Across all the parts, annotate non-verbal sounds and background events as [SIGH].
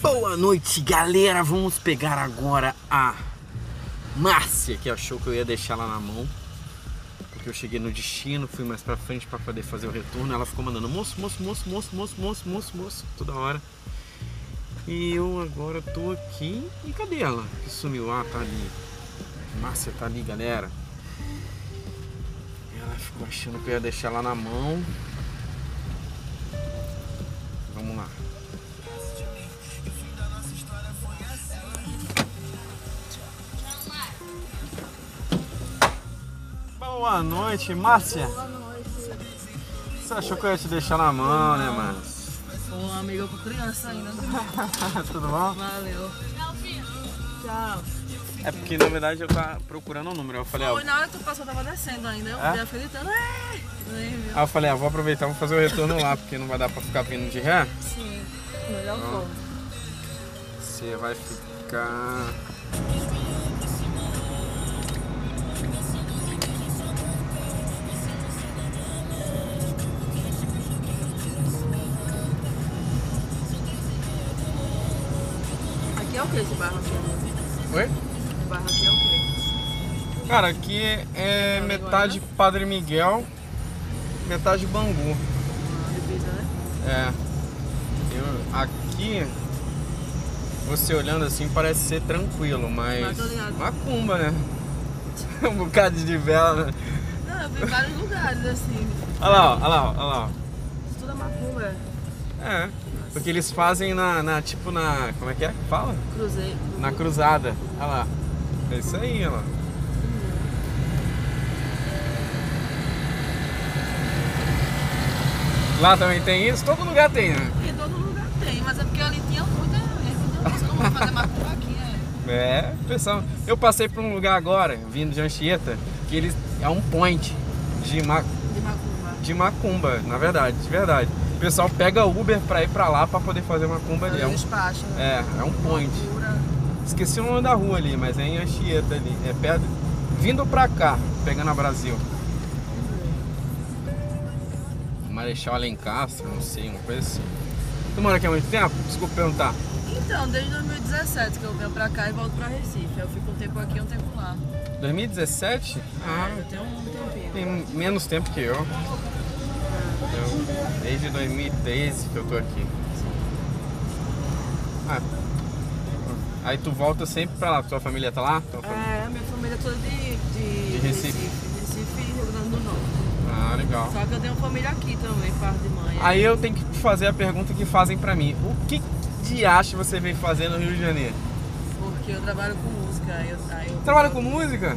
Boa noite, galera. Vamos pegar agora a Márcia, que achou que eu ia deixar ela na mão. Porque eu cheguei no destino, fui mais pra frente pra poder fazer o retorno. Ela ficou mandando moço, moço, moço, moço, moço, moço, moço, moço, toda hora. E eu agora tô aqui. E cadê ela? Que sumiu. Ah, tá ali. Márcia tá ali, galera. Ela ficou achando que eu ia deixar ela na mão. Vamos lá. Boa noite, Márcia. Boa noite. Você achou que eu ia te deixar na mão, né, Márcia? [LAUGHS] Um amigo com criança ainda. né? Tudo bom? Valeu. Tchau. É porque na verdade eu tava procurando o número. Eu falei, ó. Foi na hora que tu passou, eu tava descendo ainda. Eu É? já fui gritando. "É!" Nem viu. Aí eu falei, ah, vou aproveitar, vou fazer o retorno lá, porque não vai dar pra ficar vindo de ré. Sim. Melhor Ah. foi. Você vai ficar. Aqui é o que esse barro aqui? Oi? Esse barro aqui é o que? Cara, aqui é metade Padre Miguel, metade Bangu. Uma divisa, né? É. Eu- aqui, você olhando assim, parece ser tranquilo, mas. Mas tô ligado. Macumba, né? [LAUGHS] um bocado de vela, né? Não, eu vi em vários lugares assim. Olha lá, ó, olha lá, ó, olha lá. ó. Isso tudo é macumba. É. Porque eles fazem na, na- tipo na. Como é que é? que Fala? Cruzei. Na cruzada. Olha lá. É isso aí, olha lá. Lá também tem isso? Todo lugar tem, né? Porque todo lugar tem, mas é porque ali tinha muita. Então, nós não vamos fazer macumba aqui, né? É, pessoal. Eu passei por um lugar agora, vindo de Anchieta, que ele é um point de, ma- De macumba. de macumba, na verdade, de verdade. O pessoal pega Uber pra ir pra lá pra poder fazer macumba ali. Ali É um, despacho, é, né? é um point. Loucura. Esqueci o nome da rua ali, mas é em Anchieta ali. É perto. Vindo pra cá, pegando a Brasil. Marechal Alencastre, não sei, uma coisa assim. Tu mora aqui há muito tempo? Desculpa perguntar. Então, desde 2017 que eu venho pra cá e volto pra Recife. Eu fico um tempo aqui e um tempo lá. 2017? É, eu tenho um tempinho. Tem menos tempo que eu. Eu- desde 2013 que eu tô aqui. Ah. Aí tu volta sempre pra lá, tua família tá lá? Tua família? É, a minha família é toda de, de, De Recife. Recife e Rio Grande do Norte. Ah, legal. Só que eu tenho família aqui também, parte de mãe. Aí eu tenho que fazer a pergunta que fazem pra mim. O que de acha você veio fazer no Rio de Janeiro? Porque eu trabalho com música. aí Eu, aí eu, Trabalha com música? É,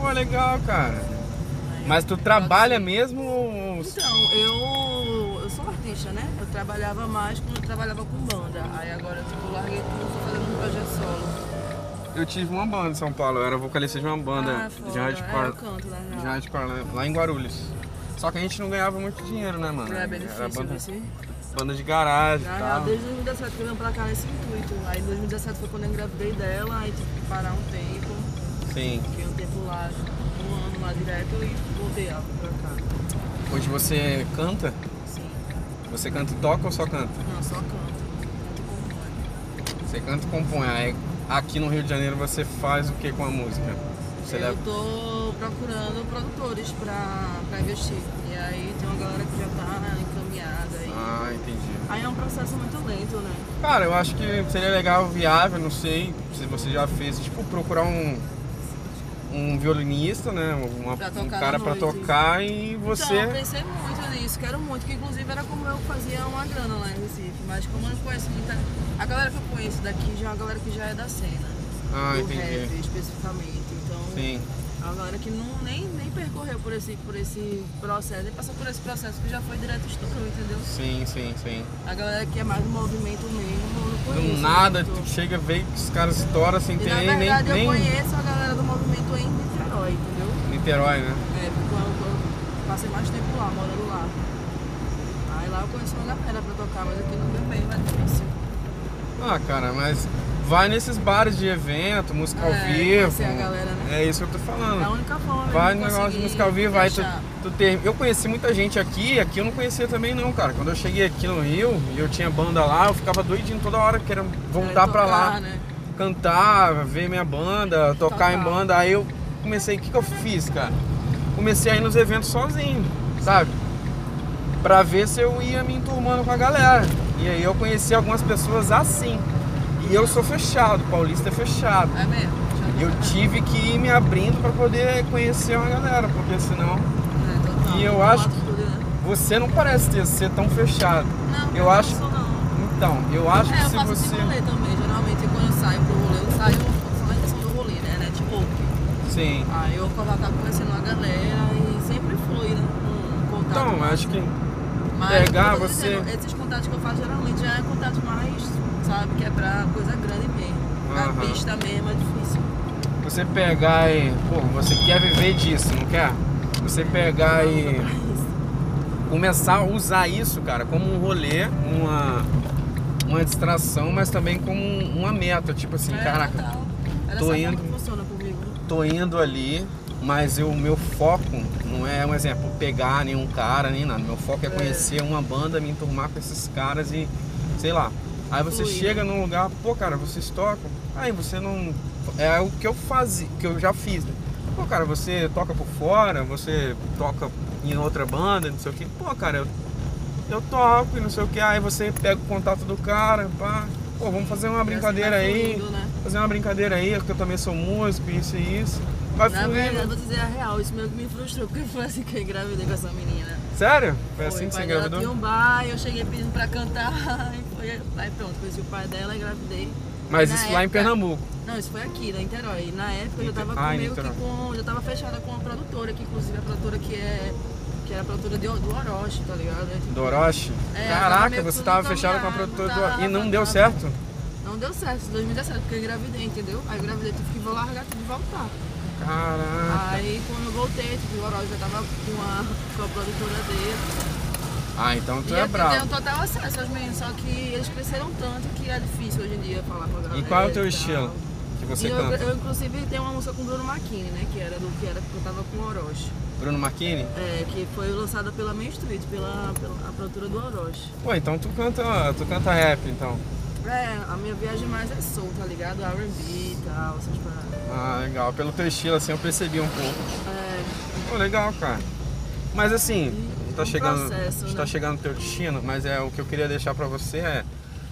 Pô, legal, cara. aí eu- Mas tu trabalha mesmo ou... Então, eu, eu sou artista, né? Eu trabalhava mais quando eu trabalhava com banda. Aí agora, tipo, larguei tudo, tô fazendo um projeto solo. Eu tive uma banda em São Paulo, eu era vocalista de uma banda ah, foda. de É, eu hardcore. canto lá, de né? hardcore lá- lá em Guarulhos. Só que a gente não ganhava muito dinheiro, né, mano? Não é bem era difícil, banda, assim. banda de garagem e Na tal. real, desde 2017 que eu vim pra cá nesse intuito. Aí em 2017 foi quando eu engravidei dela, aí tive que parar um tempo. Sim. Fiquei um tempo lá, um ano lá direto e voltei lá pra cá. Hoje você canta? Sim. Você canta e toca ou só canta? Não, só canto. Canto com fone. Você canta e compõe. Aí aqui no Rio de Janeiro você faz o que com a música? Você Eu leva... tô procurando produtores pra, pra investir. E aí tem uma galera que já tá encaminhada. aí. Ah, entendi. Aí é um processo muito lento, né? Cara, eu acho que seria legal, viável, não sei se você já fez, tipo, procurar um, um violinista, né? Uma- Pra um tocar cara na pra noite. tocar e Então, eu você. pensei muito nisso, quero muito, que inclusive era como eu fazia uma grana lá em Recife, mas como eu não conheço muita. A galera que eu conheço daqui já é uma galera que já é da cena. Ah, do entendi. rap especificamente. Então, Sim. a galera que não, nem, nem percorreu por esse, por esse processo, nem passou por esse processo que já foi direto estouro, entendeu? Sim, sim, sim. A galera que é mais do movimento mesmo, eu não conheço. Do nada, muito. tu chega, vê que os caras estouram sem E ter na nem, nem, verdade eu nem conheço a galera do movimento em Niterói, entendeu? Niterói, né? É, porque eu, eu passei mais tempo lá, morando lá. Aí lá eu conheci uma galera pra tocar, mas aqui no meu meio é difícil. Ah, cara, mas Vai nesses bares de evento, música ao É, vivo. conhecer a galera, né? É isso que eu tô É a falando. única forma mesmo Vai de no negócio de conseguir música ao vivo, vai tu, encaixar. tu ter... Eu conheci muita gente aqui, aqui eu não conhecia também não, cara. Quando eu cheguei aqui no Rio e eu tinha banda lá, eu ficava doidinho toda hora, querendo voltar É, pra tocar, lá. né? cantar, ver minha banda, tocar, Tocar. em banda. Aí eu comecei, o que, que eu fiz, cara? Comecei a ir nos eventos sozinho, sabe? Pra ver se eu ia me enturmando com a galera. E aí eu conheci algumas pessoas assim. E eu sou fechado, paulista é fechado. É mesmo. Eu tive que ir me abrindo pra poder conhecer uma galera, porque senão É, e eu total. acho- Tudo, né? você não parece ter, ser tão fechado. Não, eu não acho- sou, não. Então, eu acho É, que eu se faço esse você. rolê também. Geralmente quando eu saio pro rolê, eu saio só na questão do rolê, né? Network. Sim. Aí eu acabo conhecendo uma galera e sempre flui, né? Um contato. Então, eu mais. acho que. Mas, pegar, como eu tô você- dizendo, esses contatos que eu faço geralmente já é contato mais, sabe? Que é pra coisa grande mesmo. Aham. Na pista mesmo é difícil. Você pegar e. Pô, você quer viver disso, não quer? Você pegar e começar a usar isso, cara, como um rolê, uma, uma distração, mas também como um- uma meta. Tipo assim, É, caraca, total. Era tô essa indo. forma que funciona comigo. né? tô indo ali, mas eu- o meu foco não é, um exemplo, pegar nenhum cara nem nada. Meu foco é É. conhecer uma banda, me enturmar com esses caras e sei lá. Aí você Fluir, chega num lugar, pô, cara, vocês tocam. Aí você não. É o que eu fazia, que eu já fiz, né? Pô, cara, você toca por fora, você toca em outra banda, não sei o que. Pô, cara, eu, eu toco e não sei o que. Aí você pega o contato do cara, pá. Pô, vamos fazer uma Parece que brincadeira vai aí fluindo, né? fazer uma brincadeira aí, porque eu também sou músico, isso e isso. Vai Na verdade, eu Tá fluindo. vou dizer a real, isso meio que me frustrou, porque foi assim que eu engravidei com essa menina. né? Sério? Foi Foi, assim o que você pai dela tinha engravidou? um bar, eu cheguei pedindo pra cantar, [LAUGHS] e foi, aí pronto, conheci o pai dela, engravidei. Mas Na isso lá em época- Pernambuco. Não, isso foi aqui, na Niterói. Na época eu já Inter- tava Ah, em meio que Niterói. com. Já tava fechada com a produtora, que inclusive é a produtora que é. Que era a produtora de, do Orochi, tá ligado? É, tipo, Do Orochi? É, tava Caraca, meio você tudo tava fechado com a encaminhado, produtora tava, do... e não tava. deu certo? Não deu certo, isso é em 2017, porque eu engravidei, entendeu? Aí eu engravidei, tive que vou largar tudo e voltar. Caraca. Aí quando eu voltei, tipo, o Orochi já tava com a, com a produtora dele. Ah, então tu e é eu bravo. tenho total acesso aos meninos, só que eles cresceram tanto que é difícil hoje em dia falar com a galera. E qual é o teu tal. estilo que você E eu, canta? eu, inclusive, tenho uma música com o Bruno Marquini, né? Que era do que era que eu tava com o Orochi. Bruno Marquini? É, que foi lançada pela Main Street, pela, pela a produtora do Orochi. Pô, então tu canta, tu canta rap, então. É, a minha viagem mais é soul, tá ligado? R&B e tal, essas paradas. Ah, legal. Pelo teu estilo, assim, eu percebi um pouco. É, Pô, legal, cara. Mas assim, e tá é um chegando, processo, está né? chegando no teu destino, mas é o que eu queria deixar pra você é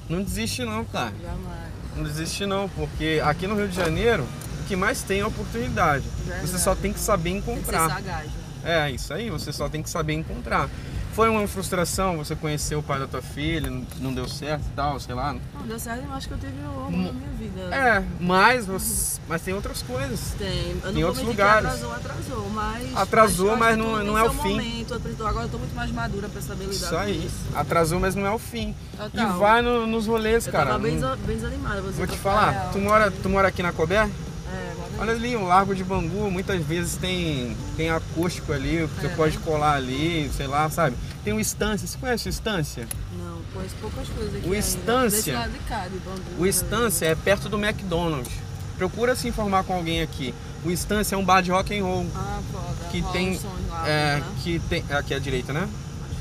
não desiste não, cara. Jamais. Não desiste não, porque aqui no Rio de Janeiro o que mais tem é oportunidade. Verdade. Você só tem que saber Tem que ser encontrar. sagaz, né? É isso aí, você só tem que saber encontrar. Foi uma frustração você conhecer o pai da tua filha, não deu certo e tal, sei lá. Não, deu certo, eu acho que eu tive o amor da minha vida. né? Hum. É, mas você- mas tem outras coisas. Tem. Eu não Em vou outros mentir que lugares. Atrasou, atrasou, mas. Atrasou, eu acho mas que não- tudo tem não é o seu fim. Momento, eu preciso- agora eu tô muito mais madura pra saber lidar Isso com aí. isso. Atrasou, mas não é o fim. Total. E vai no- nos rolês, Eu cara. tava bem, Não- desa- bem desanimada. Vou, Vou dizer te pra falar, real. tu mora, tu mora aqui na Cober? É, mora Olha ali, o Largo de Bangu, muitas vezes tem, tem acústico ali, você É, né? pode colar ali, sei lá, sabe? Tem o Estância, você conhece o Estância? Não, conheço poucas coisas aqui. O ainda. Estância- Desse lado de cá, de Bangu, O né? Estância é perto do McDonald's. Procura se informar com alguém aqui. O Estância é um bar de rock and roll. Ah, foda. que rola tem, um som lá, é, né? que tem, é aqui à direita, né? Acho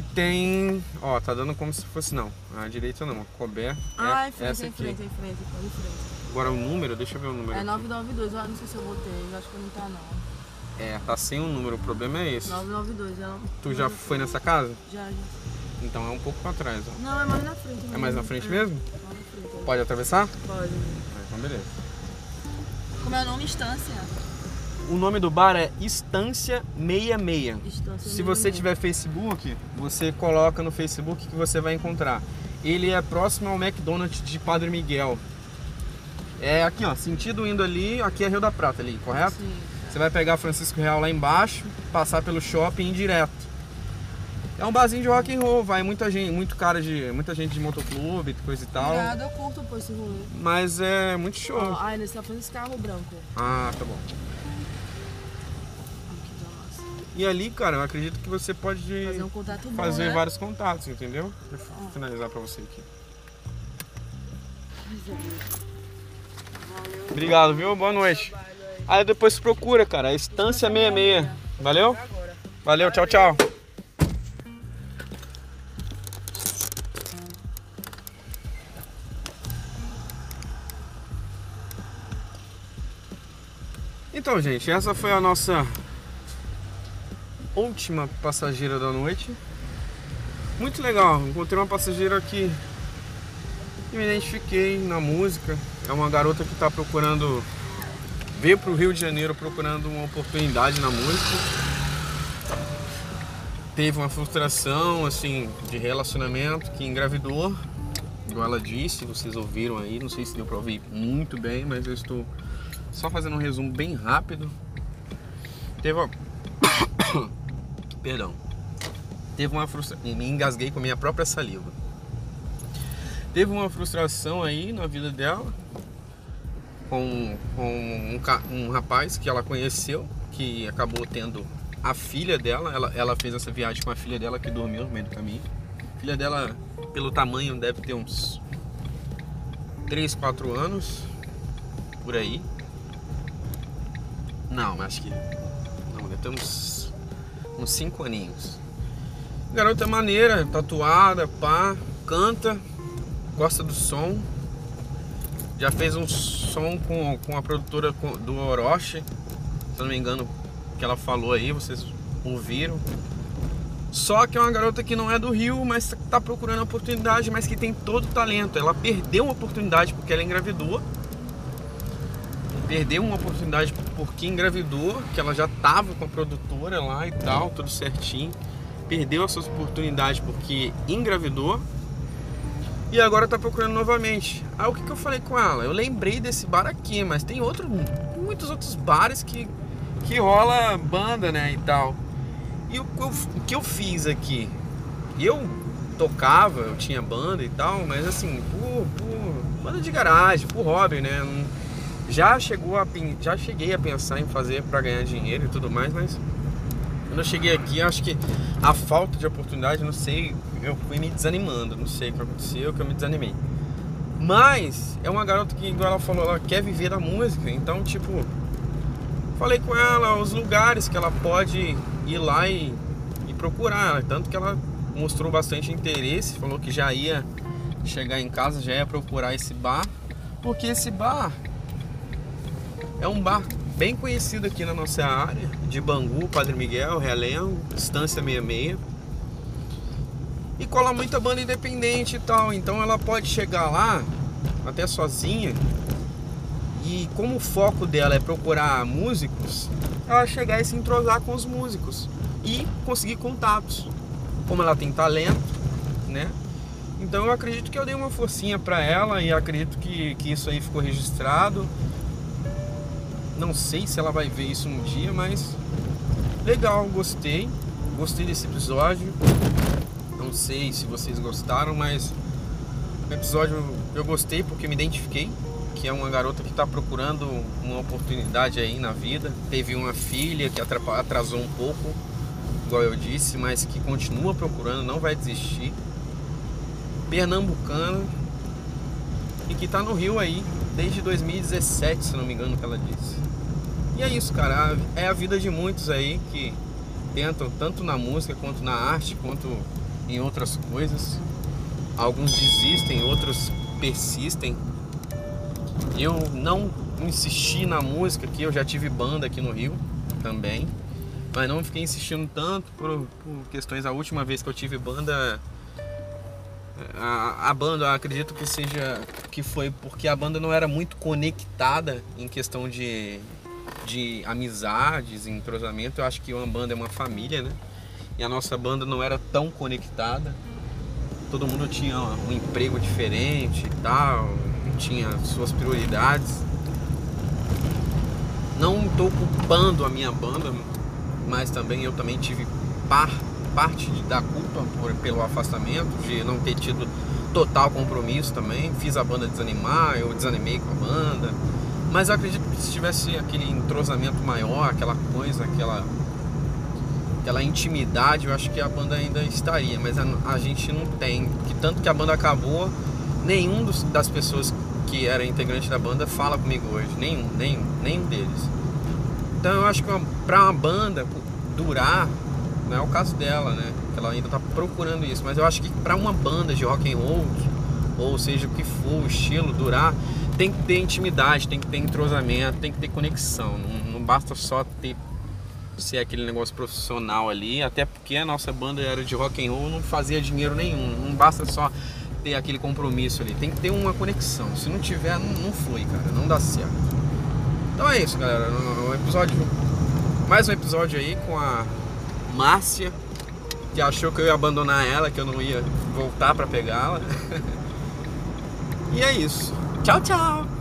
Que tem, ó, tá dando como se fosse não, à direita não, a Cober é é. Ah, em frente, essa em aqui. frente, em frente, em frente. Agora o número, deixa eu ver o número. É aqui. 992, eu não sei se eu botei, eu acho que não tá não. É, tá sem o número, o problema é esse. 992, é um- Tu já foi nessa casa? Já, já. Então é um pouco pra trás, ó. Não, é mais na frente. É mais na frente mesmo? mais na frente, Pode atravessar? é. Pode. Então, beleza. Como é o nome? Estância. O nome do bar é Estância 66. Estância. Se mesmo. você tiver Facebook, você coloca no Facebook que você vai encontrar. Ele é próximo ao McDonald's de Padre Miguel. É aqui, ó, sentido indo ali, aqui é Rio da Prata ali, correto? Sim. Você vai pegar Francisco Real lá embaixo, passar pelo shopping e ir direto. É um barzinho de rock and roll, vai muita gente, muito cara de, muita gente de motoclube, coisa e tal, Obrigada, eu curto pô esse rolê. mas é muito show. Ó, ai, nesse tá fazendo esse carro branco. Ah, tá bom. Aqui tá massa. E ali, cara, eu acredito que você pode Fazer um contato bom, fazer né? Ah. vários contatos, entendeu? Deixa eu finalizar pra você aqui. é. Valeu. Obrigado, viu? Boa noite. Trabalho aí. Aí depois procura, cara. a Estância 66. Valeu? Agora. Valeu, tchau, tchau. Então, gente, essa foi a nossa última passageira da noite. Muito legal, encontrei uma passageira que que me identifiquei na música. É uma garota que está procurando. veio para o Rio de Janeiro procurando uma oportunidade na música teve uma frustração assim de relacionamento que engravidou, igual ela disse, vocês ouviram aí, não sei se deu para ouvir muito bem, mas eu estou só fazendo um resumo bem rápido. Teve uma... [COUGHS] Perdão. Teve uma frustração, me engasguei com a minha própria saliva. Teve uma frustração aí na vida dela com, com um, ca- um rapaz que ela conheceu, que acabou tendo a filha dela, ela, ela fez essa viagem com a filha dela que dormiu no meio do caminho. A filha dela, pelo tamanho, deve ter uns 3, 4 anos, por aí. Não, acho que. Não, deve ter uns, uns 5 aninhos. Garota maneira, tatuada, pá, canta, gosta do som. Já fez um som com, com a produtora com- do Orochi, se eu não me engano, que ela falou aí, vocês ouviram. Só que é uma garota que não é do Rio, mas tá procurando oportunidade, mas que tem todo o talento. Ela perdeu uma oportunidade porque ela engravidou. Perdeu uma oportunidade porque engravidou, que ela já tava com a produtora lá e tal, tudo certinho. Perdeu essa oportunidade porque engravidou. E agora tá procurando novamente. Aí o que, que eu falei com ela? Eu lembrei desse bar aqui, mas tem outro, muitos outros bares que que rola banda, né, e tal. E o, que eu- o que eu fiz aqui? Eu tocava, eu tinha banda e tal, mas assim, por, por banda de garagem, por hobby, né? Não- Já chegou a pen- já cheguei a pensar em fazer para ganhar dinheiro e tudo mais, mas quando eu cheguei aqui, eu acho que a falta de oportunidade, não sei, eu fui me desanimando, não sei o que aconteceu, que eu me desanimei. Mas é uma garota que, igual ela falou, ela quer viver da música, então tipo, falei com ela os lugares que ela pode ir lá e, e procurar. Tanto que ela mostrou bastante interesse, falou que já ia chegar em casa, já ia procurar esse bar, porque esse bar é um bar bem conhecido aqui na nossa área, de Bangu, Padre Miguel, Realengo, Estância 66. E cola muita banda independente e tal, então ela pode chegar lá, até sozinha, e como o foco dela é procurar músicos, ela chegar e se entrosar com os músicos e conseguir contatos. Como ela tem talento, né? Então eu acredito que eu dei uma forcinha pra ela e acredito que, que isso aí ficou registrado. Não sei se ela vai ver isso um dia, mas legal, gostei. Gostei desse episódio. Não sei se vocês gostaram, mas o episódio eu gostei porque me identifiquei que é uma garota que está procurando uma oportunidade aí na vida. Teve uma filha que atrapa- atrasou um pouco, igual eu disse, mas que continua procurando, não vai desistir. Pernambucana e que está no Rio aí desde 2017, se não me engano, que ela disse. E é isso, cara. A- É a vida de muitos aí que tentam tanto na música quanto na arte, quanto em outras coisas. Alguns desistem, outros persistem. Eu não insisti na música aqui, eu já tive banda aqui no Rio também. Mas não fiquei insistindo tanto por, por questões. A última vez que eu tive banda. A, a banda, eu acredito que seja. Que foi porque a banda não era muito conectada em questão de, de amizades, entrosamento. Eu acho que uma banda é uma família, né? E a nossa banda não era tão conectada todo mundo tinha um emprego diferente e tal, tinha suas prioridades. Não estou culpando a minha banda, mas também eu também tive par- parte de- da culpa por- pelo afastamento, de não ter tido total compromisso também. Fiz a banda desanimar, eu desanimei com a banda. Mas eu acredito que se tivesse aquele entrosamento maior, aquela coisa, aquela aquela intimidade, eu acho que a banda ainda estaria, mas a, a gente não tem. Que tanto que a banda acabou, nenhum dos- das pessoas que era integrante da banda, fala comigo hoje. Nenhum, nenhum, nenhum deles. Então eu acho que uma, pra uma banda durar, não é o caso dela, né? Que ela ainda tá procurando isso. Mas eu acho que pra uma banda de rock and roll, ou seja o que for, o estilo, durar, tem que ter intimidade, tem que ter entrosamento, tem que ter conexão. Não, não basta só ter ser aquele negócio profissional ali, até porque a nossa banda era de rock and roll, não fazia dinheiro nenhum. Não basta só ter aquele compromisso ali, tem que ter uma conexão. Se não tiver, não, não flui, cara, não dá certo. Então é isso, galera. Um episódio, mais um episódio aí com a Márcia, que achou que eu ia abandonar ela, que eu não ia voltar pra pegá-la. e é isso. Tchau, tchau.